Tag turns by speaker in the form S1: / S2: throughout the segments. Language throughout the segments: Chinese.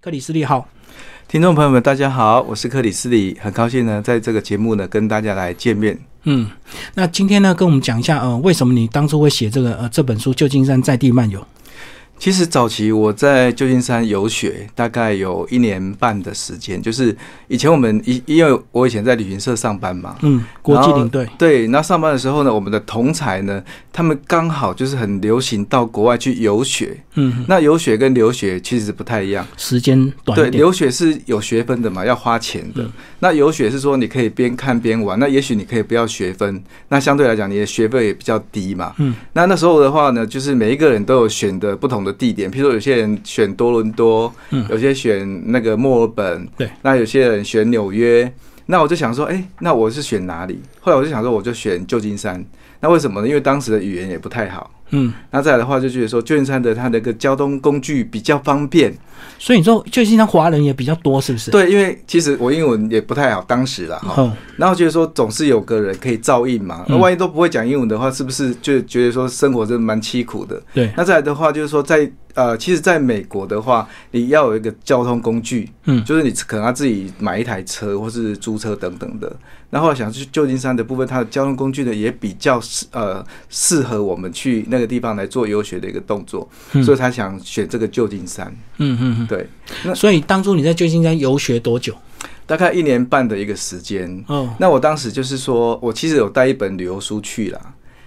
S1: 克里斯利好，
S2: 听众朋友们，大家好，我是克里斯里，很高兴呢，在这个节目呢跟大家来见面。
S1: 嗯，那今天呢，跟我们讲一下，呃，为什么你当初会写这个呃这本书《旧金山在地漫游》？
S2: 其实早期我在旧金山游学，大概有一年半的时间。就是以前我们因因为我以前在旅行社上班嘛，
S1: 嗯，国际领队，
S2: 对，那上班的时候呢，我们的同才呢，他们刚好就是很流行到国外去游学。
S1: 嗯，
S2: 那游学跟留学其实不太一样，
S1: 时间短
S2: 对，
S1: 一点，
S2: 留学是有学分的嘛，要花钱的。
S1: 嗯
S2: 那游学是说你可以边看边玩，那也许你可以不要学分，那相对来讲你的学费也比较低嘛。
S1: 嗯，
S2: 那那时候的话呢，就是每一个人都有选的不同的地点，譬如说有些人选多伦多，
S1: 嗯
S2: 有些选那个墨尔本，
S1: 对，
S2: 那有些人选纽约。那我就想说，哎、那我是选哪里？后来我就想说，我就选旧金山。那为什么呢？因为当时的语言也不太好。
S1: 嗯，
S2: 那再来的话，就觉得说旧金山的它那个交通工具比较方便，
S1: 所以你说旧金山华人也比较多，是不是？
S2: 对，因为其实我英文也不太好，当时啦哈。
S1: 哦，
S2: 然后觉得说总是有个人可以照应嘛，那
S1: 嗯
S2: 万一都不会讲英文的话，是不是就觉得说生活真的蛮凄苦的？
S1: 对，
S2: 那再来的话就是说在，呃，其实在美国的话，你要有一个交通工具，
S1: 嗯
S2: 就是你可能要自己买一台车或是租车等等的。然后想去旧金山的部分，它的交通工具呢也比较适呃适合我们去那个地方来做游学的一个动作，
S1: 嗯
S2: 所以他想选这个旧金山。
S1: 嗯嗯
S2: 对，
S1: 嗯。所以当初你在旧金山游学多久？
S2: 大概一年半的一个时间，
S1: 哦，
S2: 那我当时就是说，我其实有带一本旅游书去啦，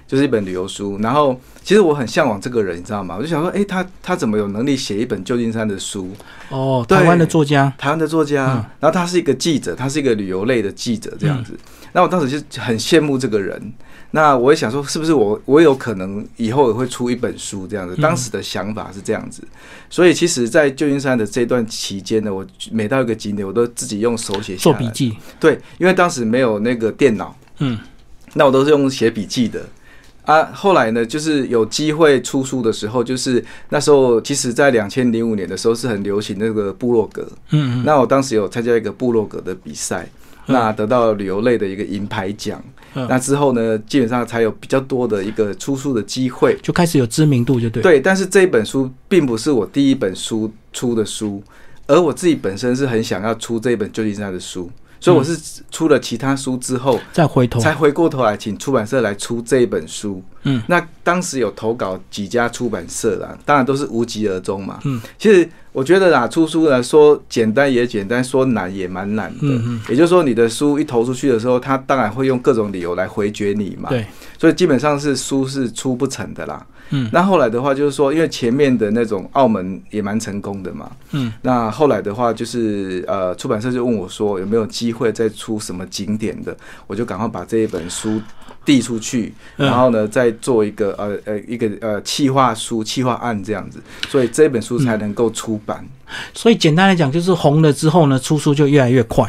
S2: 就是一本旅游书。然后其实我很向往这个人，你知道吗？我就想说，诶，他他怎么有能力写一本旧金山的书？
S1: 哦，
S2: 对
S1: 台湾的作家，
S2: 台湾的作家，
S1: 嗯
S2: 然后他是一个记者，他是一个旅游类的记者这样子。
S1: 嗯
S2: 那我当时就很羡慕这个人。那我也想说，是不是我我有可能以后也会出一本书这样子？
S1: 嗯
S2: 当时的想法是这样子，所以其实，在旧金山的这段期间呢，我每到一个景点，我都自己用手写下
S1: 做
S2: 来
S1: 笔。记，
S2: 对，因为当时没有那个电脑。
S1: 嗯
S2: 那我都是用写笔记的。啊，后来呢，就是有机会出书的时候，就是那时候，其实在两千零五年的时候是很流行那个部落格。
S1: 嗯嗯
S2: 那我当时有参加一个部落格的比赛，那得到旅游类的一个银牌奖。
S1: 嗯
S2: 那之后呢，基本上才有比较多的一个出书的机会。
S1: 就开始有知名度，就对，
S2: 对，但是这一本书并不是我第一本书出的书，而我自己本身是很想要出这一本旧金山的书，所以我是出了其他书之后，
S1: 再回头，
S2: 才回过头来请出版社来出这一本书。
S1: 嗯，
S2: 那当时有投稿几家出版社啦，当然都是无疾而终嘛。
S1: 嗯，
S2: 其实我觉得啦，出书呢说简单也简单，说难也蛮难的。
S1: 嗯嗯，
S2: 也就是说，你的书一投出去的时候，他当然会用各种理由来回绝你嘛。
S1: 对，
S2: 所以基本上是书是出不成的啦。
S1: 嗯
S2: 那后来的话，就是说，因为前面的那种澳门也蛮成功的嘛，
S1: 嗯，
S2: 那后来的话就是呃，出版社就问我说有没有机会再出什么景点的，我就赶快把这一本书递出去，
S1: 嗯
S2: 然后呢再做一个呃呃一个呃企划书、企划案这样子，所以这本书才能够出版。
S1: 所以简单来讲，就是红了之后呢，出书就越来越 快。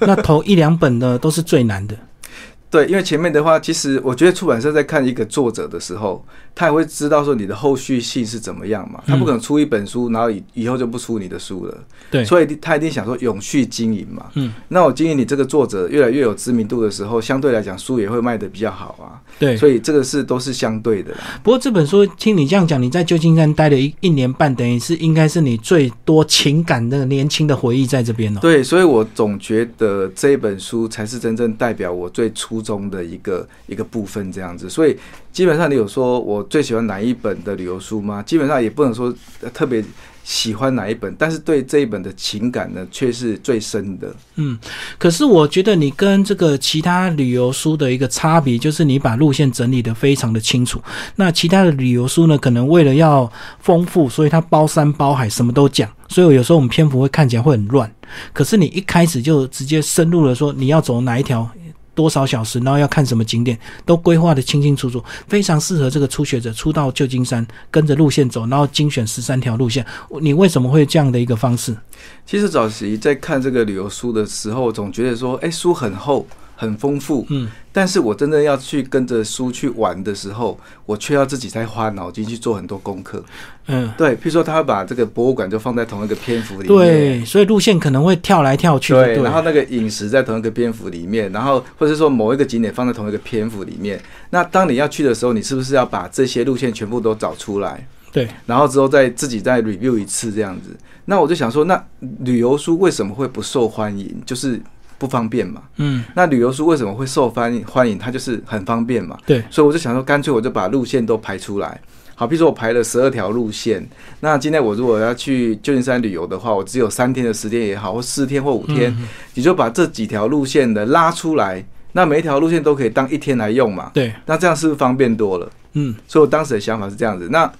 S1: 那头一两本呢，都是最难的。
S2: 对，因为前面的话，其实我觉得出版社在看一个作者的时候，他也会知道说你的后续性是怎么样嘛，他不可能出一本书，然后以以后就不出你的书了。
S1: 对，
S2: 所以他一定想说永续经营嘛。
S1: 嗯，
S2: 那我经营你这个作者越来越有知名度的时候，相对来讲书也会卖得比较好啊。
S1: 对。啊
S2: 所以这个是都是相对的啦。
S1: 不过这本书，听你这样讲，你在旧金山待了一一年半，等于是应该是你最多情感的年轻的回忆在这边哦。
S2: 对，所以我总觉得这一本书才是真正代表我最初衷的一个一个部分，这样子。所以基本上你有说我最喜欢哪一本的旅游书吗？基本上也不能说呃特别喜欢哪一本，但是对这一本的情感呢，却是最深的。
S1: 可是我觉得你跟这个其他旅游书的一个差别，就是你把路线整理得非常的清楚。那其他的旅游书呢，可能为了要丰富，所以它包山包海，什么都讲，所以有时候我们篇幅会看起来会很乱。可是你一开始就直接深入了，说你要走哪一条。多少小时，然后要看什么景点，都规划得清清楚楚，非常适合这个初学者初到旧金山，跟着路线走，然后精选十三条路线。你为什么会有这样的一个方式？
S2: 其实早期在看这个旅游书的时候，总觉得说，哎、书很厚，很丰富，
S1: 嗯，
S2: 但是我真的要去跟着书去玩的时候，我却要自己再花脑筋去做很多功课。
S1: 嗯，
S2: 对，譬如说他会把这个博物馆就放在同一个篇幅里面，
S1: 对，所以路线可能会跳来跳去就
S2: 对，
S1: 对
S2: 然后
S1: 了。
S2: 那个饮食在同一个篇幅里面，然后或者说某一个景点放在同一个篇幅里面，那当你要去的时候，你是不是要把这些路线全部都找出来？
S1: 对，
S2: 然后之后再自己再 review 一次这样子。那我就想说，那旅游书为什么会不受欢迎？就是不方便嘛。
S1: 嗯，
S2: 那旅游书为什么会受欢迎？欢迎它就是很方便嘛。
S1: 对，
S2: 所以我就想说，干脆我就把路线都排出来。好，比如说我排了十二条路线，那今天我如果要去旧金山旅游的话，我只有三天的时间也好，或四天或五天，
S1: 嗯
S2: 你就把这几条路线的拉出来，那每一条路线都可以当一天来用嘛。
S1: 对，
S2: 那这样是不是方便多了？
S1: 嗯，
S2: 所以我当时的想法是这样子。那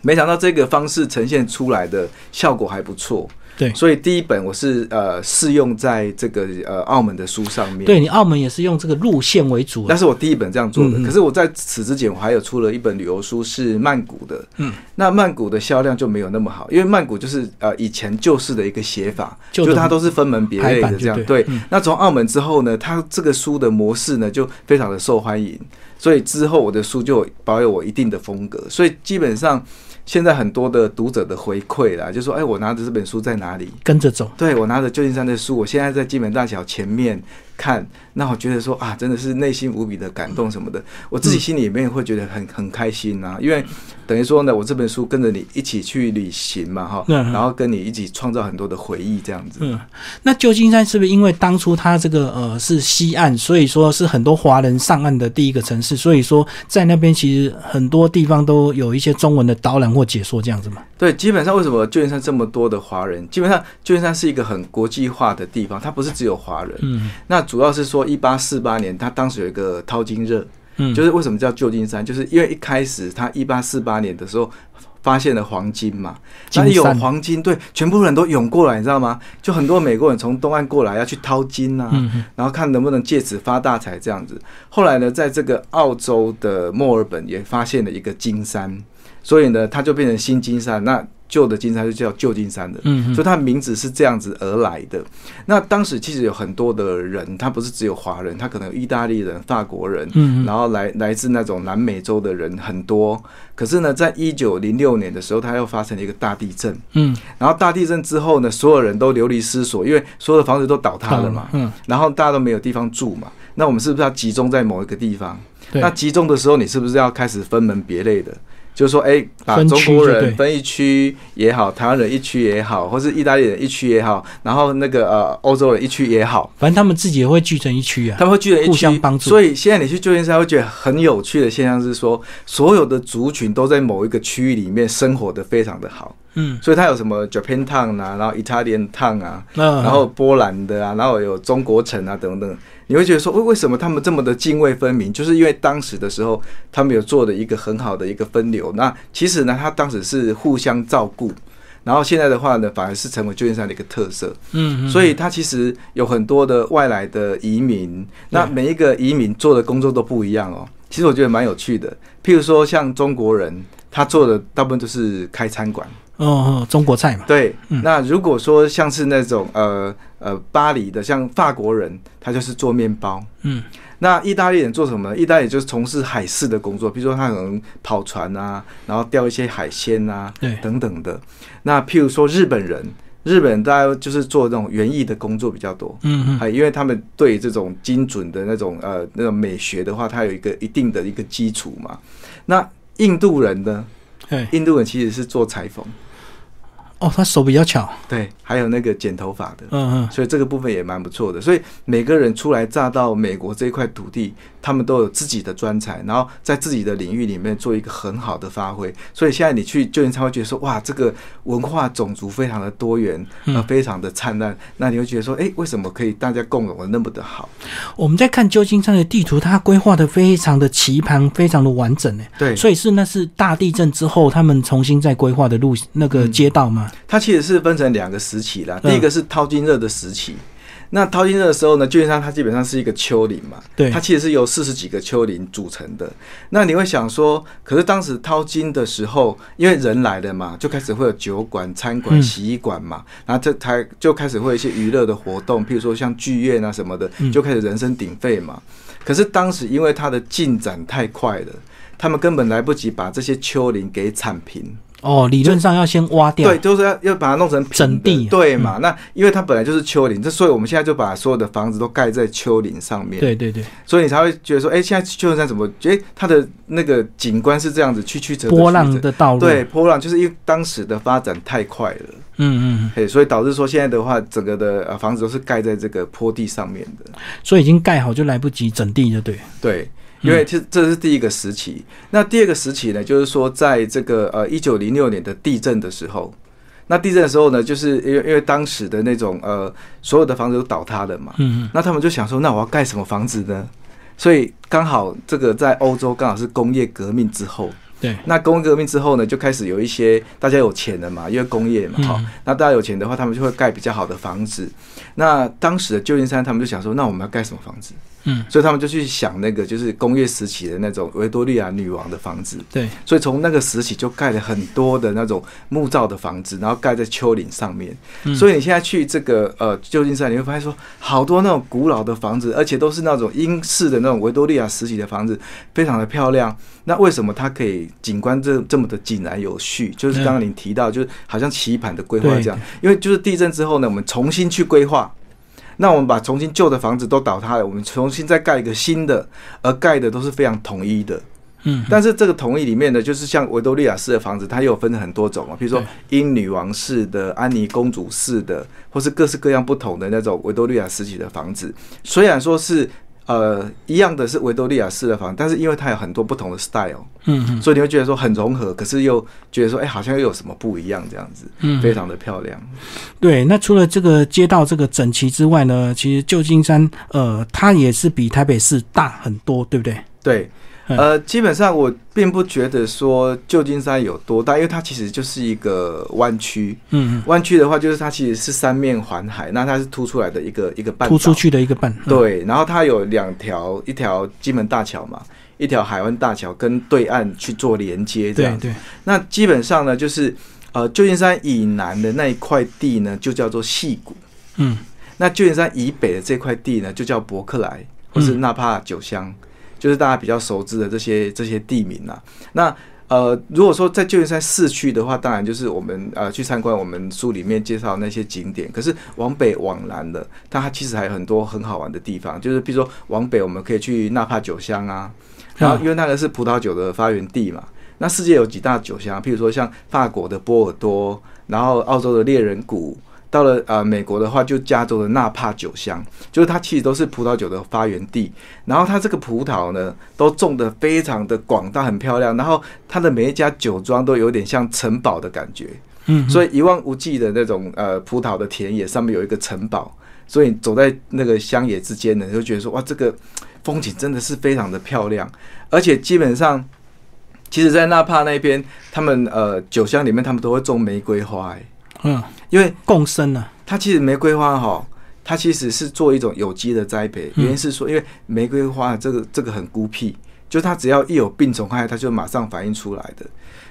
S2: 没想到这个方式呈现出来的效果还不错。
S1: 对
S2: 所以第一本我是呃试用在这个呃澳门的书上面。
S1: 对你澳门也是用这个路线为主
S2: 那
S1: 啊，
S2: 是我第一本这样做的。
S1: 嗯嗯
S2: 可是我在此之前，我还有出了一本旅游书，是曼谷的。
S1: 嗯，
S2: 那曼谷的销量就没有那么好，因为曼谷就是呃以前旧式的一个写法，
S1: 旧
S2: 就
S1: 的
S2: 它都是分门别类
S1: 排版
S2: 的
S1: 就
S2: 这样。
S1: 对
S2: 对
S1: 嗯，
S2: 那从澳门之后呢，它这个书的模式呢就非常的受欢迎，所以之后我的书就保有我一定的风格，所以基本上。现在很多的读者的回馈啦，就说：“哎，我拿着这本书在哪里？
S1: 跟着走，
S2: 对我拿着旧金山的书，我现在在金门大桥前面看，那我觉得说啊，真的是内心无比的感动什么的，我自己心里面会觉得很很开心啊，因为等于说呢，我这本书跟着你一起去旅行嘛哈，
S1: 嗯
S2: 然后跟你一起创造很多的回忆这样子。
S1: 嗯，那旧金山是不是因为当初它这个呃是西岸，所以说是很多华人上岸的第一个城市，所以说在那边其实很多地方都有一些中文的导览或解说这样子嘛。
S2: 对，基本上为什么旧金山这么多的华人？基本上旧金山是一个很国际化的地方，它不是只有华人。
S1: 嗯
S2: 那主要是说，一八四八年，它当时有一个淘金热，
S1: 嗯，
S2: 就是为什么叫旧金山，就是因为一开始他一八四八年的时候发现了黄金嘛，那
S1: 金
S2: 有
S1: 山
S2: 黄金，对，全部人都涌过来，你知道吗？就很多美国人从东岸过来要去淘金啊，
S1: 嗯嗯
S2: 然后看能不能借此发大财这样子。后来呢，在这个澳洲的墨尔本也发现了一个金山，所以呢，它就变成新金山，那旧的金山就叫旧金山的。
S1: 嗯
S2: 所
S1: 嗯，
S2: 以它名字是这样子而来的。那当时其实有很多的人，他不是只有华人，他可能有意大利人、法国人，
S1: 嗯
S2: 然后来来自那种南美洲的人很多。可是呢，在一九零六年的时候，它又发生了一个大地震。
S1: 嗯，
S2: 然后大地震之后呢，所有人都流离失所，因为所有的房子都倒塌了嘛，
S1: 嗯，
S2: 然后大家都没有地方住嘛。那我们是不是要集中在某一个地方？
S1: 对
S2: 那集中的时候，你是不是要开始分门别类的？就是说，哎、把
S1: 分
S2: 中
S1: 区
S2: 国
S1: 就对
S2: 人分一区也好，台湾人一区也好，或是意大利人一区也好，然后那个呃欧洲人一区也好，
S1: 反正他们自己也会聚成一区啊。
S2: 他们会聚在一起
S1: 互相帮助
S2: 所以现在你去旧金山会觉得很有趣的现象是说，所有的族群都在某一个区域里面生活的非常的好，
S1: 嗯，
S2: 所以它有什么 Japan Town 啊，然后 Italian Town 啊，
S1: 那
S2: 然后波兰的啊，然后有中国城啊等等，你会觉得说，为为什么他们这么的泾渭分明？就是因为当时的时候，他们有做的一个很好的一个分流。那其实呢，他当时是互相照顾。然后现在的话呢，反而是成为旧金山的一个特色，
S1: 嗯，嗯
S2: 所以它其实有很多的外来的移民，那每一个移民做的工作都不一样哦。其实我觉得蛮有趣的，譬如说像中国人，他做的大部分都是开餐馆，
S1: 哦哦，中国菜嘛，
S2: 对，
S1: 嗯
S2: 那如果说像是那种呃呃巴黎的，像法国人，他就是做面包。
S1: 嗯
S2: 那意大利人做什么呢？意大利人就是从事海事的工作，比如说他可能跑船啊，然后钓一些海鲜啊
S1: 对，
S2: 等等的。那譬如说日本人，日本人大概就是做那种园艺的工作比较多。
S1: 嗯嗯
S2: 啊，因为他们对这种精准的那种呃那种美学的话，它有一个一定的一个基础嘛。那印度人呢？
S1: 对，
S2: 印度人其实是做裁缝，
S1: 哦，他手比较巧，
S2: 对，还有那个剪头发的。
S1: 嗯嗯，
S2: 所以这个部分也蛮不错的。所以每个人初来乍到美国这一块土地，他们都有自己的专才，然后在自己的领域里面做一个很好的发挥。所以现在你去旧金山会觉得说，哇，这个文化种族非常的多元，
S1: 嗯
S2: 呃，非常的灿烂。那你会觉得说，哎、为什么可以大家共融的那么的好？
S1: 我们在看旧金山的地图，它规划的非常的棋盘，非常的完整诶，
S2: 对，
S1: 所以是那是大地震之后他们重新再规划的路那个街道吗？
S2: 它其实是分成两个时期啦。
S1: 嗯
S2: 第一个是淘金热的时期。那淘金热的时候呢，旧金山它基本上是一个丘陵嘛，
S1: 对
S2: 它，其实是由四十几个丘陵组成的。那你会想说，可是当时淘金的时候，因为人来了嘛，就开始会有酒馆、餐馆、
S1: 嗯
S2: 洗衣馆嘛，然后这才就开始会有一些娱乐的活动，譬如说像剧院啊什么的
S1: 嗯，
S2: 就开始人声鼎沸嘛。可是当时因为它的进展太快了，他们根本来不及把这些丘陵给铲平。
S1: 哦，理论上要先挖掉，
S2: 对，就是要要把它弄成平的
S1: 整地啊
S2: 对嘛？那因为它本来就是丘陵，这所以我们现在就把所有的房子都盖在丘陵上面，
S1: 对对对，
S2: 所以你才会觉得说，哎、现在丘陵山怎么？哎、它的那个景观是这样子曲曲折折，
S1: 波浪
S2: 曲折
S1: 的道路，
S2: 对，波浪就是因为当时的发展太快了，
S1: 嗯嗯
S2: 嘿，所以导致说现在的话，整个的呃房子都是盖在这个坡地上面的。
S1: 嗯，所以已经盖好就来不及整地，就对，
S2: 对，
S1: 嗯
S2: 因为这这是第一个时期。那第二个时期呢，就是说在这个呃一九零六年的地震的时候，那地震的时候呢，就是因为因为当时的那种呃所有的房子都倒塌了嘛，
S1: 嗯嗯，
S2: 那他们就想说，那我要盖什么房子呢？所以刚好这个在欧洲刚好是工业革命之后，
S1: 对，
S2: 那工业革命之后呢，就开始有一些大家有钱了嘛，因为工业嘛，哈、
S1: 嗯
S2: 那大家有钱的话，他们就会盖比较好的房子。那当时的旧金山，他们就想说，那我们要盖什么房子？
S1: 嗯，
S2: 所以他们就去想那个就是工业时期的那种维多利亚女王的房子，
S1: 对，
S2: 所以从那个时期就盖了很多的那种木造的房子，然后盖在丘陵上面。
S1: 嗯
S2: 所以你现在去这个呃旧金山，你会发现说好多那种古老的房子，而且都是那种英式的那种维多利亚时期的房子，非常的漂亮。那为什么它可以景观这这么的井然有序？就是刚刚您提到，就是好像棋盘的规划这样，因为就是地震之后呢，我们重新去规划。那我们把重新旧的房子都倒塌了，我们重新再盖一个新的，而盖的都是非常统一的。
S1: 嗯，
S2: 但是这个同意里面呢，就是像维多利亚式的房子，它也有分很多种啊，比如说英女王式的、安妮公主式的，或是各式各样不同的那种维多利亚时期的房子。虽然说是呃一样的是维多利亚式的房子，但是因为它有很多不同的 style，
S1: 嗯嗯
S2: 所以你会觉得说很融合，可是又觉得说哎、好像又有什么不一样这样子，
S1: 嗯，
S2: 非常的漂亮。
S1: 对，那除了这个街道这个整齐之外呢，其实旧金山呃，它也是比台北市大很多，对不对？
S2: 对，
S1: 嗯
S2: 呃，基本上我并不觉得说旧金山有多大，因为它其实就是一个湾区。
S1: 嗯嗯，
S2: 湾区的话，就是它其实是三面环海，那它是凸出来的一个一个半岛
S1: 突出。去的一个半，嗯，
S2: 对，然后它有两条，一条金门大桥嘛，一条海湾大桥跟对岸去做连接，这
S1: 嗯对
S2: 样。
S1: 对，
S2: 那基本上呢，就是呃，旧金山以南的那一块地呢，就叫做戏谷；
S1: 嗯
S2: 那旧金山以北的这块地呢，就叫伯克莱或是纳帕酒乡，就是大家比较熟知的这些这些地名啦、那呃，如果说在旧金山市区的话，当然就是我们呃去参观我们书里面介绍的那些景点。可是往北往南的，它其实还有很多很好玩的地方，就是比如说往北我们可以去纳帕酒乡啊，然后因为那个是葡萄酒的发源地嘛。那世界有几大酒乡，譬如说像法国的波尔多，然后澳洲的猎人谷，到了呃美国的话，就加州的纳帕酒乡，就是它其实都是葡萄酒的发源地。然后它这个葡萄呢，都种的非常的广大，很漂亮。然后它的每一家酒庄都有点像城堡的感觉，
S1: 嗯，
S2: 所以一望无际的那种呃葡萄的田野上面有一个城堡，所以走在那个乡野之间呢，就觉得说哇，这个风景真的是非常的漂亮，而且基本上。其实，在纳帕那边，他们呃酒乡里面，他们都会种玫瑰花、欸，
S1: 嗯，
S2: 因为
S1: 共生啊呢、
S2: 它其实玫瑰花哈，它其实是做一种有机的栽培，
S1: 嗯
S2: 原因是说，因为玫瑰花这个这个很孤僻，就它只要一有病虫害，它就马上反映出来的。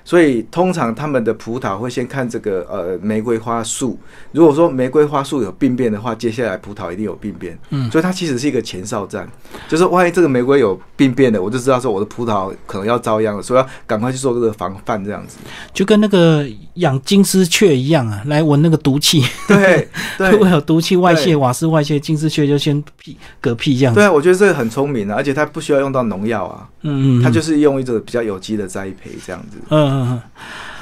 S2: 所以通常他们的葡萄会先看这个呃玫瑰花树，如果说玫瑰花树有病变的话，接下来葡萄一定有病变。
S1: 嗯
S2: 所以它其实是一个前哨战，就是万一这个玫瑰有病变了，我就知道说我的葡萄可能要遭殃了，所以要赶快去做这个防范这样子。
S1: 就跟那个养金丝雀一样啊，来闻那个毒气，
S2: 对对，
S1: 如果有毒气外泄，
S2: 对
S1: 瓦斯外泄，金丝雀就先屁嗝屁这样子。
S2: 对啊，我觉得这个很聪明啊，而且它不需要用到农药啊。
S1: 嗯，嗯，
S2: 它就是是用一种比较有机的栽培这样子。
S1: 嗯嗯嗯，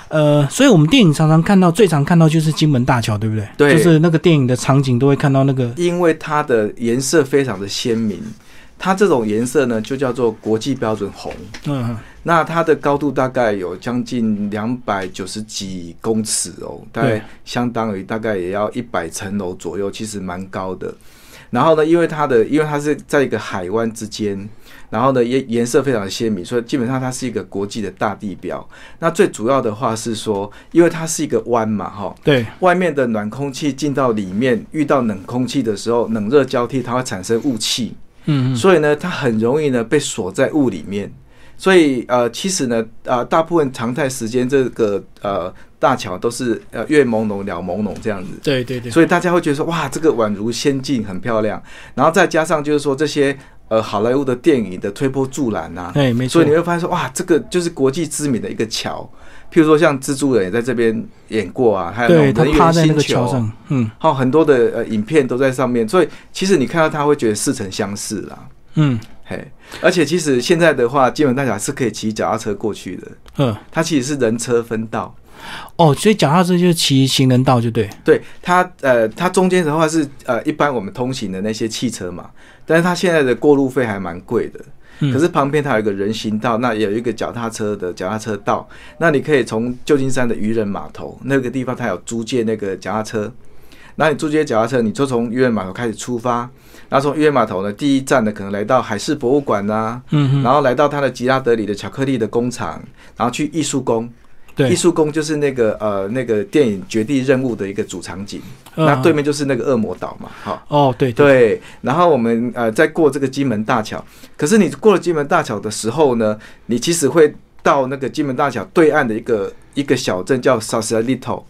S1: 呃，所以我们电影常常看到，最常看到就是金门大桥，对不对？
S2: 对
S1: 就是那个电影的场景都会看到那个，
S2: 因为它的颜色非常的鲜明，它这种颜色呢就叫做国际标准红。
S1: 嗯嗯
S2: 那它的高度大概有将近两百九十几公尺哦，大
S1: 对
S2: 概相当于大概也要一百层楼左右，其实蛮高的。然后呢，因为它的因为它是在一个海湾之间，然后呢也颜色非常的鲜明，所以基本上它是一个国际的大地标。那最主要的话是说，因为它是一个湾嘛，哈，
S1: 对，
S2: 外面的暖空气进到里面，遇到冷空气的时候，冷热交替，它会产生雾气，
S1: 嗯嗯
S2: 所以呢，它很容易呢被锁在雾里面。所以呃，其实呢，呃，大部分常态时间这个呃大桥都是呃月朦胧鸟朦胧这样子，
S1: 对对对，
S2: 所以大家会觉得说哇，这个宛如仙境，很漂亮。然后再加上就是说这些呃好莱坞的电影的推波助澜啊，
S1: 哎对，没错
S2: 所以你，会发现说，哇，这个就是国际知名的一个桥。譬如说像蜘蛛人也在这边演过啊，还有
S1: 对
S2: 那
S1: 他
S2: 种人
S1: 趴
S2: 猿
S1: 在那
S2: 星
S1: 个桥
S2: 球，
S1: 上，嗯
S2: 还有很多的呃影片都在上面，所以其实你看到它会觉得似曾相识啦。
S1: 嗯
S2: 嘿，而且其实现在的话，基本大家是可以骑脚踏车过去的，
S1: 呃，
S2: 它其实是人车分道。
S1: 哦，所以脚踏车就是骑行人道，就对，
S2: 对它，呃，它中间的话是呃，一般我们通行的那些汽车嘛，但是它现在的过路费还蛮贵的。
S1: 嗯
S2: 可是旁边它有一个人行道，那也有一个脚踏车的脚踏车道，那你可以从旧金山的渔人码头那个地方，它有租借那个脚踏车。那你租借脚踏车，你就从渔人码头开始出发，然后从渔人码头呢，第一站呢可能来到海事博物馆呐、
S1: 嗯
S2: 然
S1: 哼，
S2: 后来到它的吉拉德里的巧克力的工厂，然后去艺术宫，艺
S1: 对，
S2: 术宫就是那个呃那个电影《绝地任务》的一个主场景，那
S1: 呃
S2: 对面就是那个恶魔岛嘛，好、
S1: 哦对对
S2: 对，然后我们呃再过这个金门大桥，可是你过了金门大桥的时候呢，你其实会到那个金门大桥对岸的一个一个小镇叫 s a s a l i t o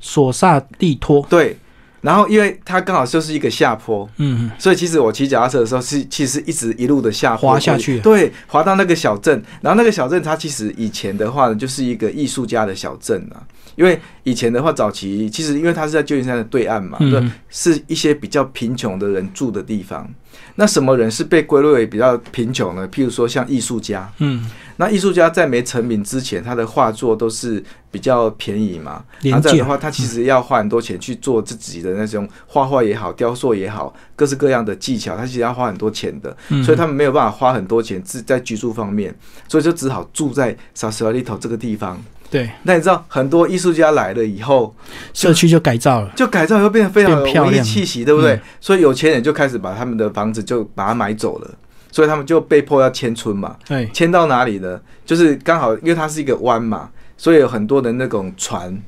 S1: 索萨利托，
S2: 对，然后因为它刚好就是一个下坡，
S1: 嗯
S2: 所以其实我骑脚踏车的时候是其实一直一路的下坡
S1: 滑下去
S2: 对，滑到那个小镇，然后那个小镇它其实以前的话呢，就是一个艺术家的小镇啊。因为以前的话，早期其实因为它是在旧金山的对岸嘛，
S1: 嗯
S2: 对，是一些比较贫穷的人住的地方。那什么人是被归类为比较贫穷呢？譬如说像艺术家，
S1: 嗯，
S2: 那艺术家在没成名之前，他的画作都是比较便宜嘛。
S1: 廉
S2: 然后再来
S1: 价
S2: 的话，他其实要花很多钱去做自己的那种画画也好、雕塑也好，各式各样的技巧，他其实要花很多钱的。
S1: 嗯
S2: 所以他们没有办法花很多钱自在居住方面，所以就只好住在 s a s a l i t o 这个地方。
S1: 对
S2: 那你知道，很多艺术家来了以后，
S1: 社区就改造了，
S2: 就改造以后变得非常
S1: 变漂
S2: 有文艺
S1: 亮
S2: 气息，对不对？
S1: 嗯
S2: 所以有钱人就开始把他们的房子就把它买走了，所以他们就被迫要迁村嘛。
S1: 对，
S2: 迁到哪里呢？就是刚好，因为它是一个湾嘛，所以有很多的那种船。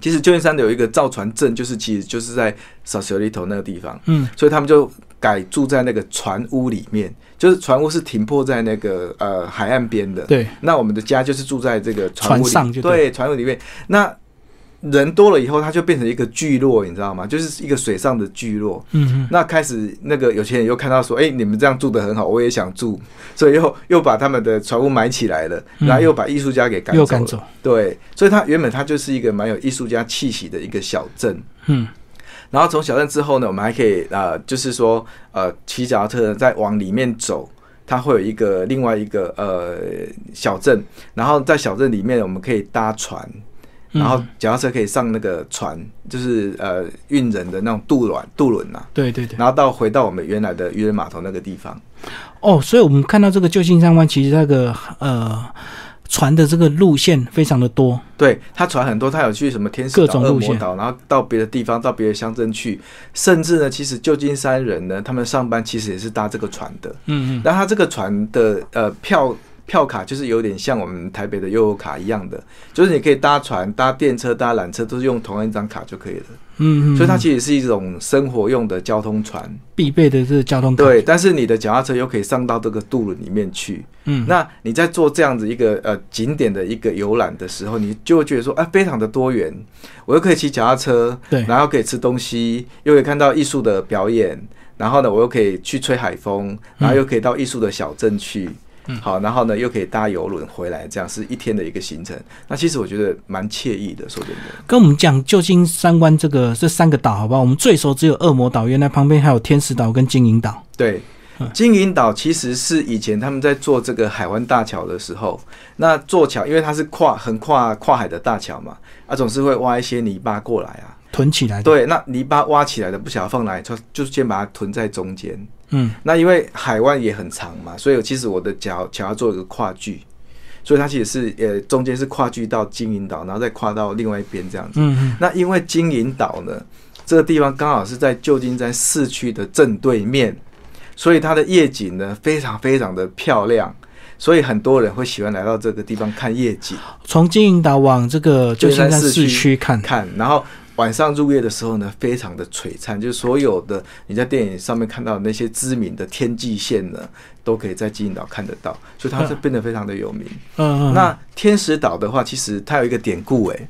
S2: 其实旧金山的有一个造船镇，就是其实就是在 s a s o l i t o 那个地方，
S1: 嗯
S2: 所以他们就改住在那个船屋里面，就是船屋是停泊在那个呃海岸边的。
S1: 对，
S2: 那我们的家就是住在这个船屋里
S1: 船上就对
S2: 对船屋里面。那人多了以后，它就变成一个聚落，你知道吗？就是一个水上的聚落。
S1: 嗯嗯，
S2: 那开始那个有钱人又看到说，哎、你们这样住的很好，我也想住，所以又又把他们的船屋买起来了，
S1: 嗯
S2: 然后又把艺术家给赶走
S1: 又
S2: 了。
S1: 赶走，
S2: 对，所以它原本它就是一个蛮有艺术家气息的一个小镇。
S1: 嗯
S2: 然后从小镇之后呢，我们还可以呃，就是说呃，骑脚踏车再往里面走，它会有一个另外一个呃小镇，然后在小镇里面我们可以搭船，
S1: 嗯
S2: 然后脚踏车可以上那个船，就是呃运人的那种渡轮渡轮呐、
S1: 对对对。
S2: 然后到回到我们原来的渔人码头那个地方。
S1: 哦，所以我们看到这个旧金山湾，其实那个呃船的这个路线非常的多，
S2: 对他船很多，他有去什么天使
S1: 各
S2: 岛、
S1: 种
S2: 恶
S1: 路线
S2: 魔岛，然后到别的地方，到别的乡镇去，甚至呢，其实旧金山人呢，他们上班其实也是搭这个船的。
S1: 嗯
S2: 那他这个船的呃票票卡就是有点像我们台北的悠游卡一样的，就是你可以搭船、搭电车、搭缆车，都是用同一张卡就可以了。
S1: 嗯嗯，
S2: 所以它其实是一种生活用的交通船，
S1: 必备的这个交通卡，
S2: 对。但是你的脚踏车又可以上到这个渡轮里面去，
S1: 嗯，
S2: 那你在做这样子一个呃景点的一个游览的时候，你就会觉得说，哎、非常的多元，我又可以骑脚踏车，
S1: 对
S2: 然后可以吃东西，又可以看到艺术的表演，然后呢，我又可以去吹海风，然后又可以到艺术的小镇去。
S1: 嗯
S2: 好，然后呢，又可以搭游轮回来，这样是一天的一个行程。那其实我觉得蛮惬意的，说真的。
S1: 跟我们讲旧金山湾这个这三个岛，好吧？我们最熟只有恶魔岛，原来旁边还有天使岛跟金银岛。
S2: 对
S1: 嗯，
S2: 金银岛其实是以前他们在做这个海湾大桥的时候，那做桥，因为它是跨横跨跨海的大桥嘛，啊，总是会挖一些泥巴过来啊。
S1: 囤起来的，
S2: 对，那泥巴挖起来的不晓得放哪里，就就是先把它囤在中间。
S1: 嗯，
S2: 那因为海湾也很长嘛，所以其实我的脚脚要做一个跨距，所以它其实是呃中间是跨距到金银岛，然后再跨到另外一边这样子。
S1: 嗯嗯，
S2: 那因为金银岛呢，这个地方刚好是在旧金山市区的正对面，所以它的夜景呢非常非常的漂亮，所以很多人会喜欢来到这个地方看夜景。
S1: 从金银岛往这个旧金山市区看，
S2: 看，然后晚上入夜的时候呢，非常的璀璨，就是所有的你在电影上面看到的那些知名的天际线呢，都可以在金银岛看得到，所以它是变得非常的有名。
S1: 嗯嗯，
S2: 那天使岛的话，其实它有一个典故诶、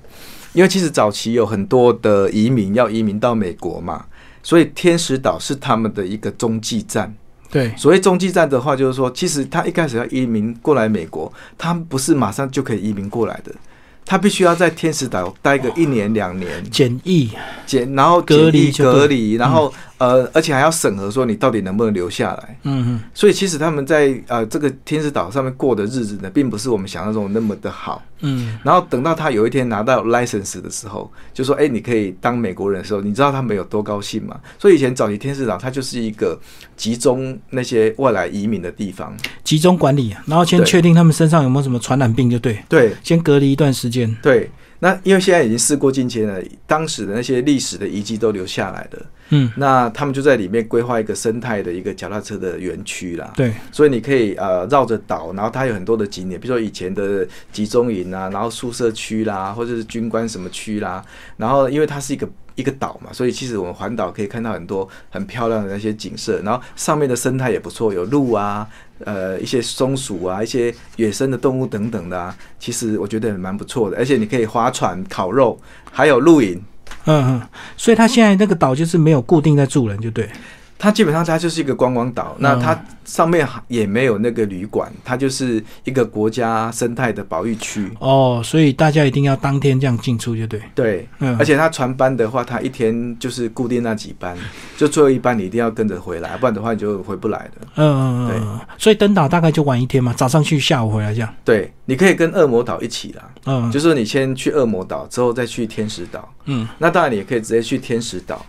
S2: 因为其实早期有很多的移民要移民到美国嘛，所以天使岛是他们的一个中继站。
S1: 对，
S2: 所谓中继站的话，就是说，其实他一开始要移民过来美国，他们不是马上就可以移民过来的，他必须要在天使岛待个一年两年，
S1: 简易
S2: 检然后
S1: 隔
S2: 检
S1: 离
S2: 疫
S1: 就对嗯
S2: 隔离，然后呃，而且还要审核说你到底能不能留下来。
S1: 嗯
S2: 所以其实他们在呃这个天使岛上面过的日子呢，并不是我们想象中那么的好。
S1: 嗯
S2: 然后等到他有一天拿到 license 的时候，就说：“哎、你可以当美国人的时候，你知道他们有多高兴吗？”所以以前早期天使岛它就是一个集中那些外来移民的地方。
S1: 嗯，集中管理，然后先
S2: 对
S1: 确定他们身上有没有什么传染病就对，
S2: 对
S1: 先隔离一段时间。
S2: 对，那因为现在已经事过境迁了，当时的那些历史的遗迹都留下来了，
S1: 嗯，
S2: 那他们就在里面规划一个生态的一个脚踏车的园区啦。
S1: 对，
S2: 所以你可以呃绕着岛，然后它有很多的景点，比如说以前的集中营啊，然后宿舍区啦，或者是军官什么区啦，然后因为它是一个。一个岛嘛，所以其实我们环岛可以看到很多很漂亮的那些景色，然后上面的生态也不错，有鹿啊，呃，一些松鼠啊，一些野生的动物等等的啊，其实我觉得也蛮不错的，而且你可以划船、烤肉，还有露营，
S1: 嗯嗯，所以他现在那个岛就是没有固定在住人就对，
S2: 它基本上它就是一个观光岛，
S1: 嗯
S2: 那它上面也没有那个旅馆，它就是一个国家生态的保育区。
S1: 哦，所以大家一定要当天这样进出就对，
S2: 对，
S1: 嗯，
S2: 而且它船班的话，它一天就是固定那几班， 就最后一班你一定要跟着回来，不然的话你就回不来的。
S1: 嗯嗯嗯，嗯所以登岛大概就玩一天嘛，早上去，下午回来这样，
S2: 对，你可以跟恶魔岛一起啦，
S1: 嗯，
S2: 就是你先去恶魔岛，之后再去天使岛。
S1: 嗯
S2: 那当然你也可以直接去天使岛。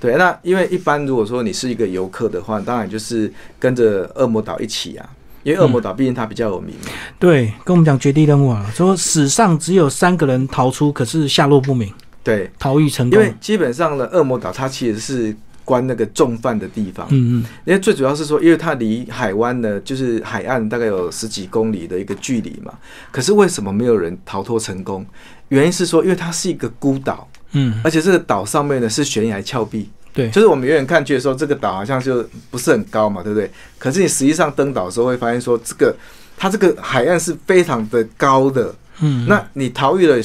S2: 对，那因为一般如果说你是一个游客的话，当然就是跟着恶魔岛一起啊，因为恶魔岛毕竟它比较有名嘛。
S1: 对，跟我们讲绝地任务啊，说史上只有三个人逃出，可是下落不明，
S2: 对，
S1: 逃狱成
S2: 因为
S1: 功，
S2: 基本上呢，恶魔岛它其实是关那个重犯的地方，
S1: 嗯嗯
S2: 因为最主要是说，因为它离海湾呢，就是海岸大概有十几公里的一个距离嘛。可是为什么没有人逃脱成功？原因是说，因为它是一个孤岛，
S1: 嗯，
S2: 而且这个岛上面呢是悬崖峭壁，
S1: 对，
S2: 就是我们远远看去的时候，这个岛好像就不是很高嘛，对不对？可是你实际上登岛的时候会发现说，这个它这个海岸是非常的高的，
S1: 嗯，
S2: 那你逃狱了，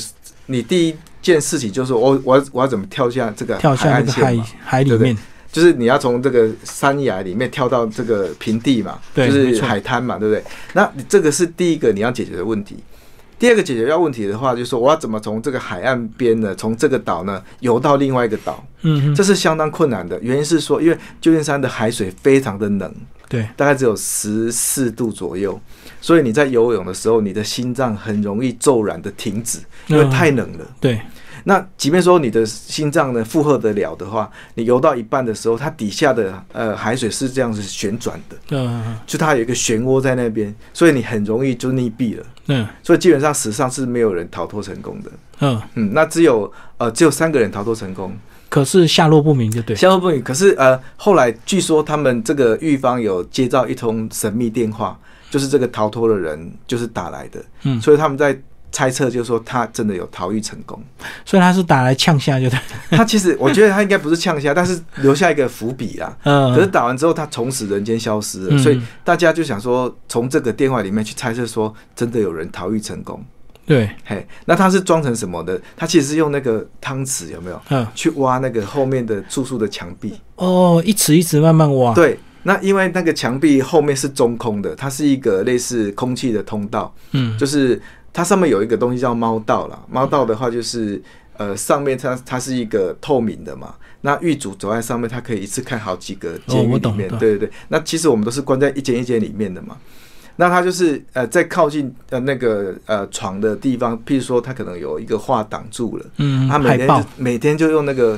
S2: 你第一件事情就是我我要我要怎么跳下这个
S1: 跳
S2: 海
S1: 下那
S2: 岸
S1: 个
S2: 线
S1: 海
S2: 嘛？
S1: 海里
S2: 对不对
S1: 面，
S2: 就是你要从这个山崖里面跳到这个平地嘛，
S1: 对
S2: 就
S1: 没
S2: 是
S1: 错
S2: 海滩嘛，对不对？那你这个是第一个你要解决的问题。第二个解决要问题的话，就是说我要怎么从这个海岸边呢，从这个岛呢游到另外一个岛，
S1: 嗯，嗯
S2: 这是相当困难的。原因是说，因为旧金山的海水非常的冷，
S1: 对，
S2: 大概只有十四度左右，所以你在游泳的时候，你的心脏很容易骤然的停止，因为
S1: 嗯
S2: 太冷了。
S1: 对，
S2: 那即便说你的心脏呢负荷得了的话，你游到一半的时候，它底下的呃海水是这样子旋转的，
S1: 嗯
S2: 就它有一个漩涡在那边，所以你很容易就溺毙了。
S1: 嗯
S2: 所以基本上史上是没有人逃脱成功的。
S1: 嗯，
S2: 嗯，那只有呃只有三个人逃脱成功，
S1: 可是下落不明就对，
S2: 消不语。可是呃后来据说他们这个狱方有接到一通神秘电话，就是这个逃脱的人就是打来的，
S1: 嗯，
S2: 所以他们在猜测就是说他真的有逃狱成功。
S1: 所以他是打来呛下就对，
S2: 他其实我觉得他应该不是呛虾，但是留下一个伏笔啦。
S1: 嗯，
S2: 可是打完之后，他从此人间消失了，
S1: 嗯
S2: 所以大家就想说，从这个电话里面去猜测说，真的有人逃狱成功。
S1: 对，
S2: 嘿，那他是装成什么的？他其实是用那个汤匙有没有
S1: 嗯，
S2: 去挖那个后面的住宿的墙壁？
S1: 哦，一尺一尺慢慢挖，
S2: 对，那因为那个墙壁后面是中空的，它是一个类似空气的通道，
S1: 嗯，
S2: 就是它上面有一个东西叫猫道啦，猫道的话就是呃上面它它是一个透明的嘛，那狱卒走在上面，他可以一次看好几个监
S1: 哦
S2: 狱
S1: 我
S2: 里
S1: 懂
S2: 面，
S1: 懂
S2: 对对对。那其实我们都是关在一间一间里面的嘛。那他就是呃，在靠近呃那个呃床的地方，譬如说他可能有一个画挡住了，
S1: 嗯，
S2: 他每
S1: 海
S2: 天
S1: 豹
S2: 就，每天就用那个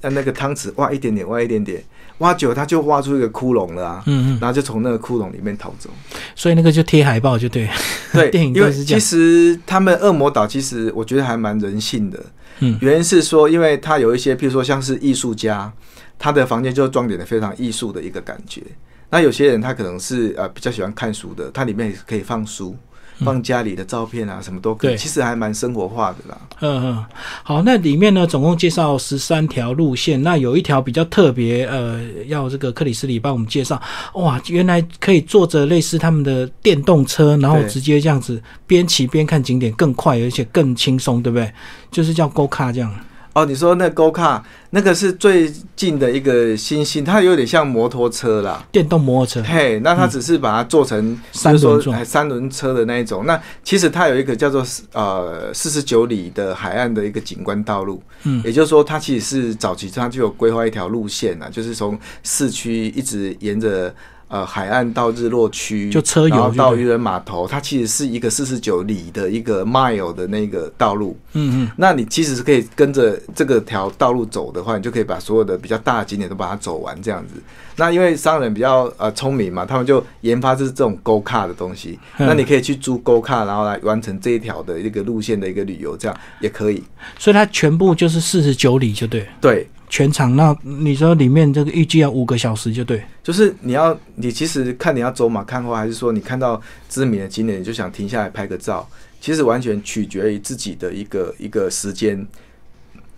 S2: 呃那个汤匙挖一点点，挖一点点，挖久了他就挖出一个窟窿了啊，
S1: 嗯嗯，
S2: 然后就从那个窟窿里面逃 走。
S1: 所以那个就贴海报就对，
S2: 对，
S1: 电影
S2: 因
S1: 都
S2: 为
S1: 是这样
S2: 其实他们恶魔岛其实我觉得还蛮人性的，
S1: 嗯
S2: 原因是说，因为他有一些，譬如说像是艺术家，他的房间就装点的非常艺术的一个感觉。那有些人他可能是呃比较喜欢看书的，他里面可以放书，放家里的照片啊，什么都可以，
S1: 嗯对
S2: 其实还蛮生活化的啦。
S1: 嗯嗯，好，那里面呢总共介绍十三条路线，那有一条比较特别，呃，要这个克里斯里帮我们介绍。哇，原来可以坐着类似他们的电动车，然后
S2: 对
S1: 直接这样子边骑边看景点，更快而且更轻松，对不对？就是叫 Go Car 这样。
S2: 哦，你说那 Go Car 那个是最近的一个新兴，它有点像摩托车啦。
S1: 电动摩托车，
S2: 嘿，那它只是把它做成
S1: 嗯三
S2: 就是
S1: 轮
S2: 说
S1: 状
S2: 哎三轮车的那一种。那其实它有一个叫做呃四十九里的海岸的一个景观道路，
S1: 嗯
S2: 也就是说它其实是早期它就有规划一条路线啊，就是从市区一直沿着。呃，海岸到日落区，
S1: 就车游
S2: 然后
S1: 就
S2: 到
S1: 对
S2: 渔人码头，它其实是一个四十九里的一个 mile 的那个道路。
S1: 嗯嗯，
S2: 那你其实是可以跟着这个条道路走的话，你就可以把所有的比较大的景点都把它走完这样子。那因为商人比较呃聪明嘛，他们就研发就是这种 Go Car 的东西，
S1: 嗯
S2: 那你可以去租 Go Car，然后来完成这一条的一个路线的一个旅游，这样也可以。
S1: 所以它全部就是四十九里就对了，
S2: 对，
S1: 全长那你说里面这个预计要五个小时就对，
S2: 就是你要你其实看你要走马看花，还是说你看到知名的景点你就想停下来拍个照，其实完全取决于自己的一个一个时间。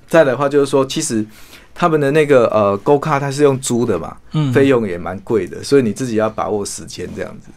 S2: 再来的话就是说，其实他们的那个呃 Go Car 它是用租的嘛。
S1: 嗯，
S2: 费用也蛮贵的，所以你自己要把握时间这样子。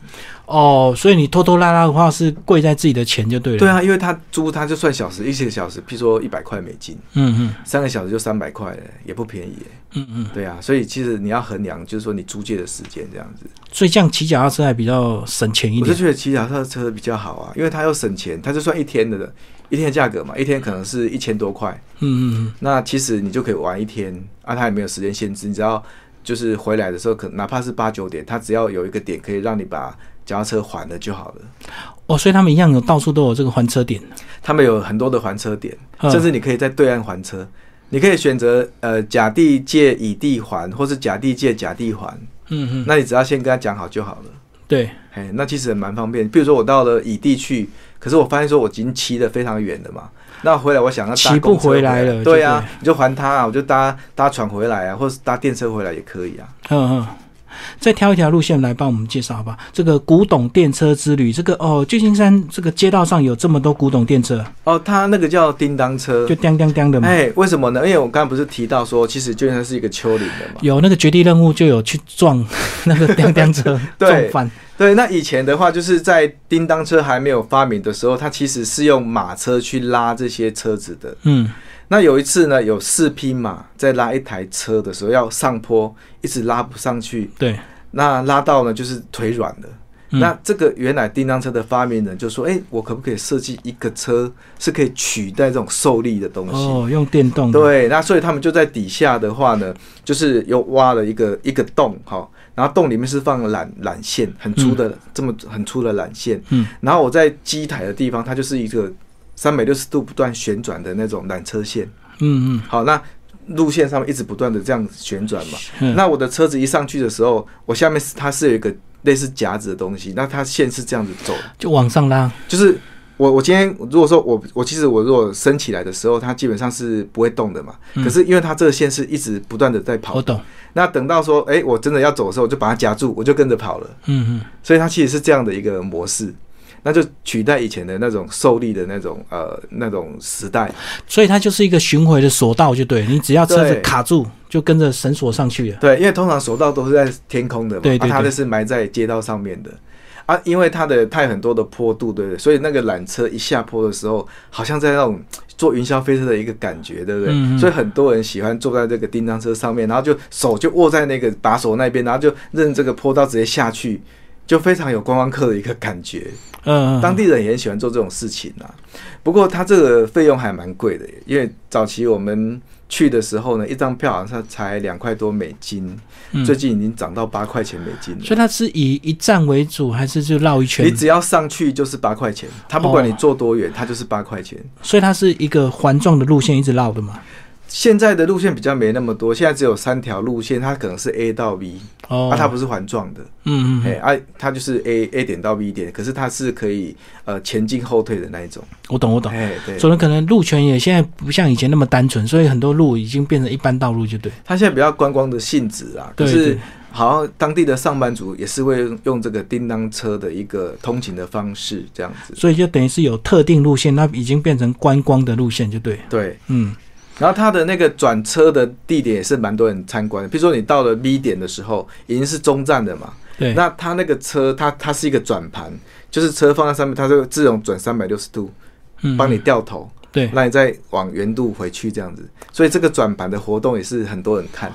S1: 哦，所以你拖拖拉拉的话是贵在自己的钱就对了，
S2: 对，啊，因为他租他就算小时，一些小时，譬如说一百块美金，
S1: 嗯嗯
S2: 三个小时就三百块了，也不便宜耶。
S1: 嗯嗯，
S2: 对啊，所以其实你要衡量，就是说你租借的时间这样子。
S1: 所以这样骑脚踏车还比较省钱一
S2: 我就
S1: 点，
S2: 觉得骑脚踏车比较好啊，因为它又省钱，它就算一天的一天的价格嘛，一天可能是一千多块，
S1: 嗯嗯
S2: 那其实你就可以玩一天啊，它也没有时间限制，你只要就是回来的时候，可哪怕是八九点，它只要有一个点可以让你把脚踏车还了就好了。
S1: 嗯，哦，所以他们一样有到处都有这个还车点，
S2: 他们有很多的还车点，
S1: 嗯
S2: 甚至你可以在对岸还车，你可以选择呃甲地借乙地还，或是甲地借甲地还。
S1: 嗯嗯，嗯
S2: 那你只要先跟他讲好就好了。
S1: 对，
S2: 嘿，那其实也蛮方便。比如说我到了乙地去，可是我发现说我已经骑得非常远了嘛，那回来我想要搭
S1: 骑不
S2: 公车
S1: 回
S2: 回
S1: 来了就
S2: 对啊，你就还他啊，我就搭搭船回来啊，或是搭电车回来也可以啊。
S1: 嗯嗯。再挑一条路线来帮我们介绍，好吧？这个古董电车之旅，这个哦，旧金山这个街道上有这么多古董电车，
S2: 哦，他那个叫叮当车
S1: 就，叮叮叮的嘛。
S2: 呃哎，为什么呢？因为我刚刚不是提到说，其实就算是一个丘陵 的嘛。
S1: 有那个绝地任务就有去撞 那个叮叮车，
S2: 对
S1: 撞翻。
S2: 对，那以前的话，就是在叮当车还没有发明的时候，它其实是用马车去拉这些车子的。
S1: 嗯，
S2: 那有一次呢，有四匹马在拉一台车的时候，要上坡，一直拉不上去，
S1: 对。
S2: 那拉到呢就是腿软了。
S1: 嗯
S2: 那这个原来叮当车的发明人就说：“哎、我可不可以设计一个车是可以取代这种受力的东西？”
S1: 哦，用电动的。
S2: 对，那所以他们就在底下的话呢，就是又挖了一个一个洞哈，然后洞里面是放缆缆线，很粗的、这么很粗的缆线，
S1: 嗯，
S2: 然后我在机台的地方，它就是一个三百六十度不断旋转的那种缆车线，
S1: 嗯嗯
S2: 好，那路线上面一直不断的这样旋转嘛，
S1: 嗯
S2: 那我的车子一上去的时候，我下面是它是有一个类似夹子的东西，那它线是这样子走的
S1: 就往上拉。
S2: 就是我我今天如果说我我其实我如果升起来的时候，它基本上是不会动的嘛。
S1: 嗯哦
S2: 可是因为它这个线是一直不断的在跑
S1: 我，懂。
S2: 那等到说哎、我真的要走的时候，我就把它夹住，我就跟着跑了。
S1: 嗯嗯，
S2: 所以它其实是这样的一个模式。那就取代以前的那种受力的那种呃那种时代，
S1: 所以它就是一个巡回的索道，就对你只要车子
S2: 对
S1: 卡住，就跟着绳索上去了。
S2: 对，因为通常索道都是在天空的嘛，
S1: 啊对对
S2: 啊它
S1: 对
S2: 这是埋在街道上面的啊，因为它的它有很多的坡度，对不对？所以那个缆车一下坡的时候，好像在那种坐云霄飞车的一个感觉，对不对？
S1: 嗯嗯
S2: 所以很多人喜欢坐在这个叮当车上面，然后就手就握在那个把手那边，然后就任这个坡道直接下去。就非常有观光客的一个感觉，
S1: 嗯，嗯
S2: 当地人也很喜欢做这种事情啊。不过它这个费用还蛮贵的耶，因为早期我们去的时候呢，一张票好像才两块多美金，
S1: 嗯
S2: 最近已经涨到八块钱美金了。
S1: 所以它是以一站为主，还是就绕一
S2: 你
S1: 圈？
S2: 只要上去就是八块钱，它不管你
S1: 哦
S2: 坐多远，它就是八块钱。
S1: 所以它是一个环状的路线，一直绕的嘛。
S2: 现在的路线比较没那么多，现在只有三条路线，它可能是 A 到 B，
S1: 哦，
S2: 啊，它不是环状的，
S1: 嗯嗯
S2: 哎、
S1: 嗯，
S2: 啊，它就是 A A 点到 B 点，可是它是可以呃前进后退的那一种，
S1: 我懂我懂。
S2: 哎，对，
S1: 所以可能路权也现在不像以前那么单纯，所以很多路已经变成一般道路，就对。
S2: 它现在比较观光的性质啊，可
S1: 对
S2: 是
S1: 对
S2: 好像当地的上班族也是会用用这个叮当车的一个通勤的方式这样子，
S1: 所以就等于是有特定路线，那已经变成观光的路线，就对。
S2: 对。
S1: 嗯，
S2: 然后它的那个转车的地点也是蛮多人参观的，比如说你到了 B 点的时候，已经是中站了嘛，
S1: 对。
S2: 那它那个车它它是一个转盘，就是车放在上面，它就自动转三百六十度
S1: 嗯
S2: 帮你掉头，
S1: 对
S2: 那你再往原路回去这样子。所以这个转盘的活动也是很多人看，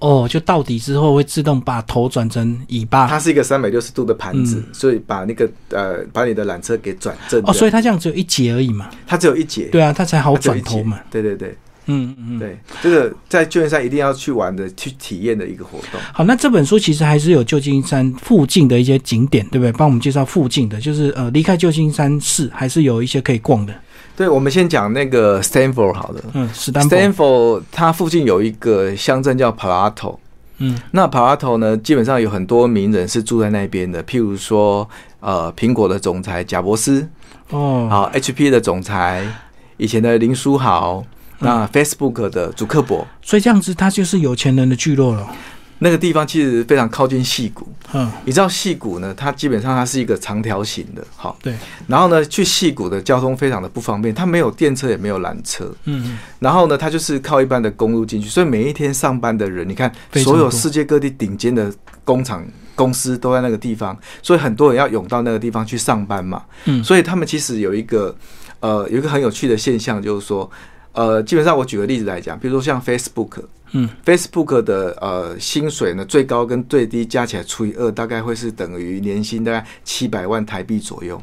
S1: 哦，就到底之后会自动把头转成尾巴。
S2: 它是一个三百六十度的盘子，
S1: 啊嗯
S2: 所以把那个呃把你的缆车给转正
S1: 哦，所
S2: 以
S1: 以它这样只有一节而已嘛。
S2: 它只有一节，
S1: 对啊，它才好
S2: 它只有
S1: 转
S2: 一
S1: 头
S2: 节
S1: 嘛。。
S2: 对对对
S1: 嗯嗯。嗯。
S2: 对，这个在券商一定要去玩的、去体验的一个活动。
S1: 好，那这本书其实还是有旧金山附近的一些景点，对不对？帮我们介绍附近的，就是呃，离开旧金山市还是有一些可以逛的。
S2: 对，我们先讲那个 Stanford 好了。
S1: 嗯，史丹佛，
S2: Stanford 它附近有一个乡镇叫 Palato，
S1: 嗯
S2: 那 Palato 呢，基本上有很多名人是住在那边的，譬如说呃苹果的总裁贾伯斯，
S1: 哦，
S2: 好 HP 的总裁，以前的林书豪，
S1: 嗯
S2: 那 Facebook 的祖克伯，
S1: 所以这样子它就是有钱人的聚落了。
S2: 那个地方其实非常靠近戏谷。
S1: 嗯，
S2: 你知道戏谷呢，它基本上它是一个长条形的，好，
S1: 对，
S2: 然后呢，去戏谷的交通非常的不方便，它没有电车也没有缆车，
S1: 嗯，
S2: 然后呢，它就是靠一般的公路进去，所以每一天上班的人，你看
S1: 非常
S2: 所
S1: 多
S2: 有世界各地顶尖的工厂。公司都在那个地方，所以很多人要涌到那个地方去上班嘛。
S1: 嗯
S2: 所以他们其实有一个，呃，有一个很有趣的现象，就是说，呃，基本上我举个例子来讲，比如说像 Facebook，
S1: 嗯
S2: ，Facebook 的呃薪水呢，最高跟最低加起来除以二，大概会是等于年薪大概七百万台币左右。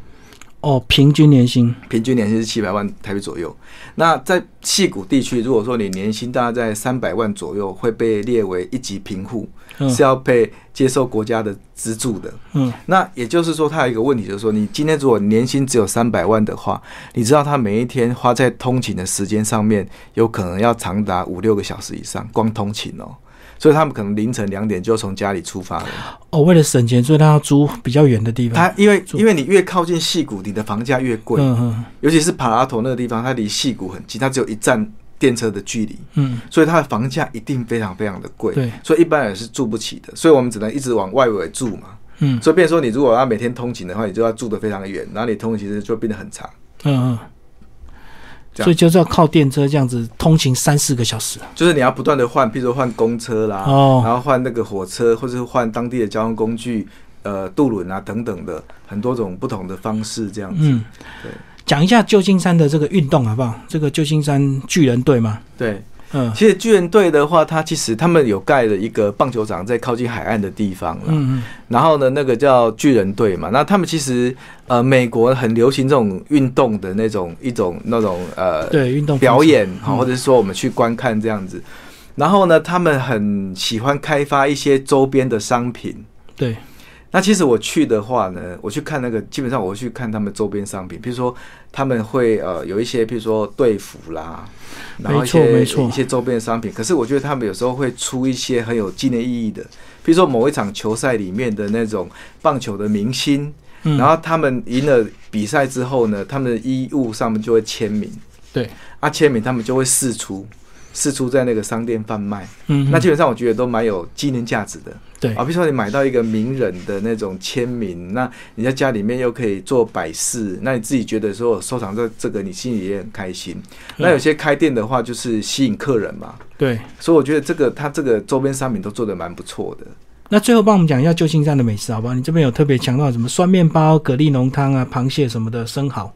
S1: 哦，平均年薪，
S2: 平均年薪是七百万台币左右。那在戏谷地区，如果说你年薪大概在三百万左右，会被列为一级贫户，
S1: 嗯
S2: 是要被接受国家的资助的。
S1: 嗯，
S2: 那也就是说，它有一个问题，就是说，你今天如果年薪只有三百万的话，你知道他每一天花在通勤的时间上面，有可能要长达五六个小时以上，光通勤哦。所以他们可能凌晨两点就从家里出发了。
S1: 哦，为了省钱，所以他要租比较远的地方。
S2: 他因为因为你越靠近戏谷，你的房价越贵。
S1: 嗯嗯
S2: 尤其是帕拉头那个地方，它离戏谷很近，它只有一站电车的距离，
S1: 嗯，
S2: 所以它的房价一定非常非常的贵，
S1: 对，
S2: 所以一般人是住不起的，所以我们只能一直往外围住嘛。
S1: 嗯
S2: 所以变成说，你如果要每天通勤的话，你就要住得非常远，然后你通勤时间就变得很长，
S1: 嗯嗯。
S2: 这样
S1: 所以就是要靠电车这样子通勤三四个小时。
S2: 就是你要不断的换，譬如说换公车啦，然
S1: 哦，
S2: 后换那个火车，或者是换当地的交通工具，呃，渡轮啊等等的很多种不同的方式这样子。
S1: 嗯
S2: 对，
S1: 讲一下旧金山的这个运动好不好？这个旧金山巨人队嘛，
S2: 对，
S1: 嗯
S2: 其实巨人队的话，它其实他们有盖了一个棒球场在靠近海岸的地方啦。
S1: 嗯嗯
S2: 然后呢，那个叫巨人队嘛，那他们其实呃，美国很流行这种运动的那种一种那种呃，
S1: 对，运动风
S2: 表
S1: 潮
S2: 演，好，
S1: 嗯
S2: 或者说我们去观看这样子。然后呢，他们很喜欢开发一些周边的商品。
S1: 对，
S2: 那其实我去的话呢，我去看那个，基本上我会去看他们周边商品，比如说他们会呃有一些，比如说队服啦，然后一些
S1: 没错没错
S2: 一些周边的商品。可是我觉得他们有时候会出一些很有纪念意义的，比如说某一场球赛里面的那种棒球的明星，
S1: 嗯
S2: 然后他们赢了比赛之后呢，他们的衣物上面就会签名。
S1: 对，
S2: 啊，签名他们就会试出，试出在那个商店贩卖。
S1: 嗯，
S2: 那基本上我觉得都蛮有纪念价值的
S1: 对
S2: 啊，比如说你买到一个名人的那种签名，那你在家里面又可以做摆饰，那你自己觉得说我收藏这这个，你心里也很开心。那有些开店的话，就是吸引客人嘛，
S1: 对。
S2: 所以我觉得这个它这个周边商品都做的蛮不错的。
S1: 那最后帮我们讲一下旧金山的美食好不好？你这边有特别强调什么酸面包、蛤蜊浓汤啊、螃蟹什么的、生蚝。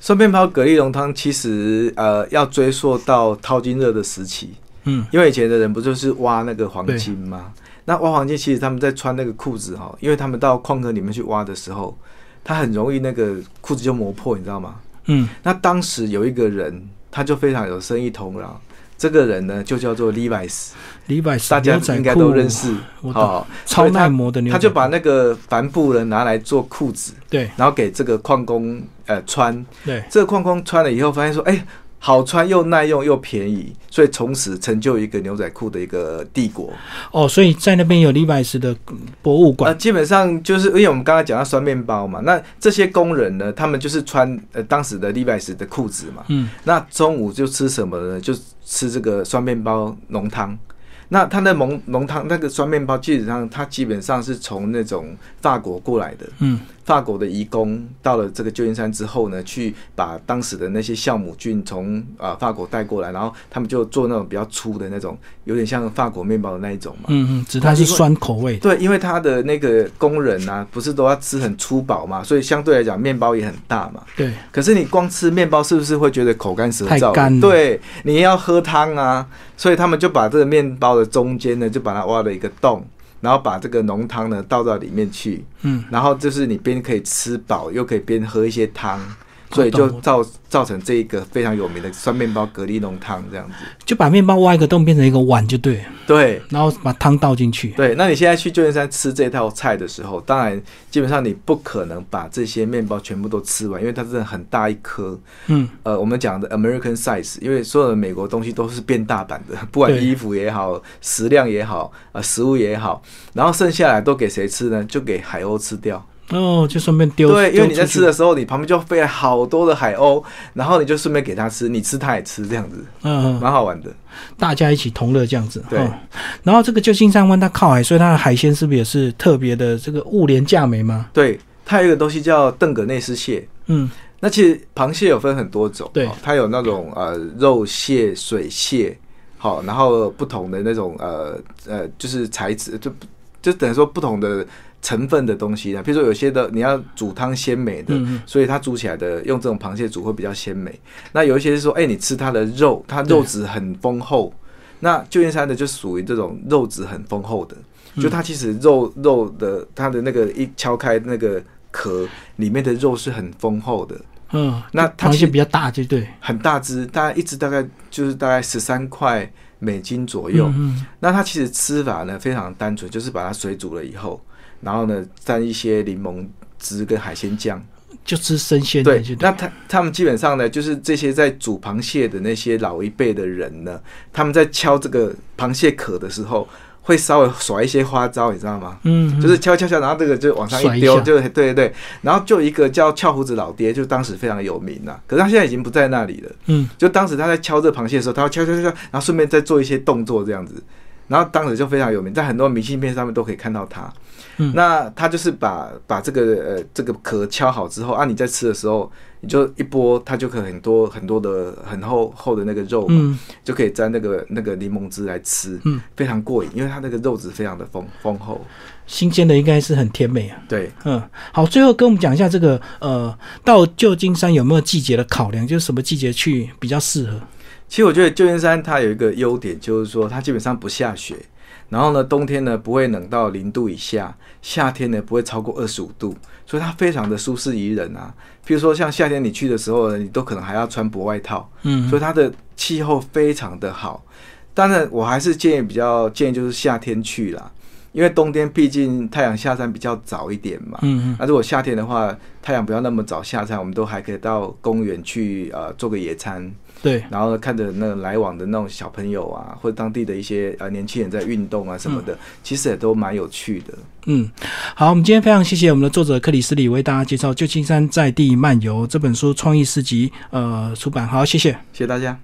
S2: 酸面包蛤蜊浓汤其实呃要追溯到淘金热的时期，
S1: 嗯，
S2: 因为以前的人不就是挖那个黄金吗？那挖黄金，其实他们在穿那个裤子哈，因为他们到矿坑里面去挖的时候，他很容易那个裤子就磨破，你知道吗？
S1: 嗯，
S2: 那当时有一个人，他就非常有生意头脑，这个人呢就叫做 Levi's，
S1: 李百十
S2: 大家
S1: 牛仔
S2: 应该
S1: 裤啊
S2: 都认，识。
S1: 我懂，
S2: 好，所
S1: 超
S2: 以他
S1: 耐磨的牛仔
S2: 他
S1: 裤，
S2: 就把那个帆布呢拿来做裤子，
S1: 对
S2: 然后给这个矿工呃穿，
S1: 对
S2: 这个框框穿了以后，发现说，哎、好穿又耐用又便宜，所以从此成就一个牛仔裤的一个帝国。
S1: 哦，所以在那边有李百十的博物
S2: 那、
S1: 馆。
S2: 啊基本上就是因为我们刚才讲到酸面包嘛，那这些工人呢，他们就是穿呃当时的 Levi's 的裤子嘛，
S1: 嗯，
S2: 那中午就吃什么呢？就吃这个酸面包浓汤。那它的浓浓汤那个酸面包，基本上它基本上是从那种法国过来的，
S1: 嗯，
S2: 法国的移工到了这个旧金山之后呢，去把当时的那些酵母菌从啊、法国带过来，然后他们就做那种比较粗的那种，有点像法国面包的那一种嘛。
S1: 嗯嗯，只它是酸口味的，
S2: 对，因为他的那个工人啊，不是都要吃很粗饱嘛，所以相对来讲面包也很大嘛。
S1: 对，
S2: 可是你光吃面包是不是会觉得口干舌燥？
S1: 太干了
S2: 对，你要喝汤啊，所以他们就把这个面包的中间呢，就把它挖了一个洞，然后把这个浓汤呢倒到里面去，
S1: 嗯，
S2: 然后就是你边可以吃饱，又可以边喝一些汤。
S1: 我懂
S2: 所以就
S1: 我懂
S2: 造造成这一个非常有名的酸面包蛤蜊浓汤这样子，
S1: 就把面包挖一个洞变成一个碗就对了，
S2: 对，
S1: 然后把汤倒进去。
S2: 对，那你现在去旧金山吃这套菜的时候，当然基本上你不可能把这些面包全部都吃完，因为它真的很大一颗。
S1: 嗯，
S2: 呃，我们讲的 American size，因为所有的美国东西都是变大版的， 不管
S1: 对
S2: 衣服也好、食量也好、呃食物也好，然后剩下来都给谁吃呢？就给海鸥吃掉。
S1: 哦，就顺便丢，
S2: 对，因为你在
S1: 丢出
S2: 吃
S1: 去嗯
S2: 的时候，你旁边就飞来好多的海鸥，然后你就顺便给它吃，你吃它也吃，这样子
S1: 嗯，嗯
S2: 蛮好玩的。
S1: 大家一起同乐这样子。
S2: 对
S1: 嗯然后这个旧金山湾它靠海，所以它的海鲜是不是也是特别的这个物廉价美嘛？
S2: 对，它有一个东西叫邓葛内斯蟹。
S1: 嗯，
S2: 那其实螃蟹有分很多种，
S1: 对
S2: 哦它有那种呃肉蟹、水蟹，好，然后不同的那种呃呃就是材质，就就等于说不同的成分的东西呢。比如说有些的你要煮汤鲜美的，
S1: 嗯嗯
S2: 所以它煮起来的用这种螃蟹煮会比较鲜美。那有一些是说，哎、你吃它的肉，它肉质很丰厚。那旧金山的就属于这种肉质很丰厚的，就它其实肉肉的它的那个一敲开那个壳里面的肉是很丰厚的，
S1: 嗯，
S2: 那
S1: 就
S2: 它
S1: 螃
S2: 其
S1: 蟹
S2: 实
S1: 比较大，就对。
S2: 很大只，大概一只大概就是大概十三块美金左右。
S1: 嗯嗯
S2: 那它其实吃法呢非常单纯，就是把它水煮了以后，然后呢蘸一些柠檬汁跟海鲜酱。
S1: 就吃生鲜的
S2: 对
S1: 就，
S2: 那他他们基本上呢，就是这些在煮螃蟹的那些老一辈的人呢，他们在敲这个螃蟹壳的时候，会稍微耍一些花招，你知道吗？
S1: 嗯，
S2: 就是敲敲敲，然后这个就往上
S1: 甩
S2: 一
S1: 一
S2: 丢，
S1: 下
S2: 就对对对，然后就一个叫翘胡子老爹，就当时非常有名呐、啊可是他现在已经不在那里了。
S1: 嗯
S2: 就当时他在敲这螃蟹的时候，他要敲敲敲，然后顺便再做一些动作这样子，然后当时就非常有名，在很多明信片上面都可以看到他。
S1: 嗯
S2: 那他就是把把这个呃这个壳敲好之后啊，你在吃的时候，你就一剥，它就可以很多很多的很厚厚的那个肉嘛，
S1: 嗯
S2: 就可以沾那个那个柠檬汁来吃，
S1: 嗯，
S2: 非常过瘾，因为它那个肉质非常的丰丰厚。
S1: 新鲜的应该是很甜美啊。
S2: 对，
S1: 嗯，好，最后跟我们讲一下这个呃，到旧金山有没有季节的考量？就是什么季节去比较适合？
S2: 其实我觉得旧金山它有一个优点，就是说它基本上不下雪，然后呢，冬天呢不会冷到零度以下，夏天呢不会超过二十五度，所以它非常的舒适宜人啊。譬如说像夏天你去的时候呢，你都可能还要穿薄外套，
S1: 嗯
S2: 所以它的气候非常的好。当然，我还是建议比较建议就是夏天去啦，因为冬天毕竟太阳下山比较早一点嘛。
S1: 嗯嗯
S2: 那如果夏天的话，太阳不要那么早下山，我们都还可以到公园去呃做个野餐，
S1: 对，
S2: 然后呢，看着那个来往的那种小朋友啊，或者当地的一些呃年轻人在运动啊什么的，其实也都蛮有趣的。
S1: 嗯，好，我们今天非常谢谢我们的作者克里斯里为大家介绍《旧金山在地漫游》这本书创意市集呃出版，好，谢谢。
S2: 谢谢大家。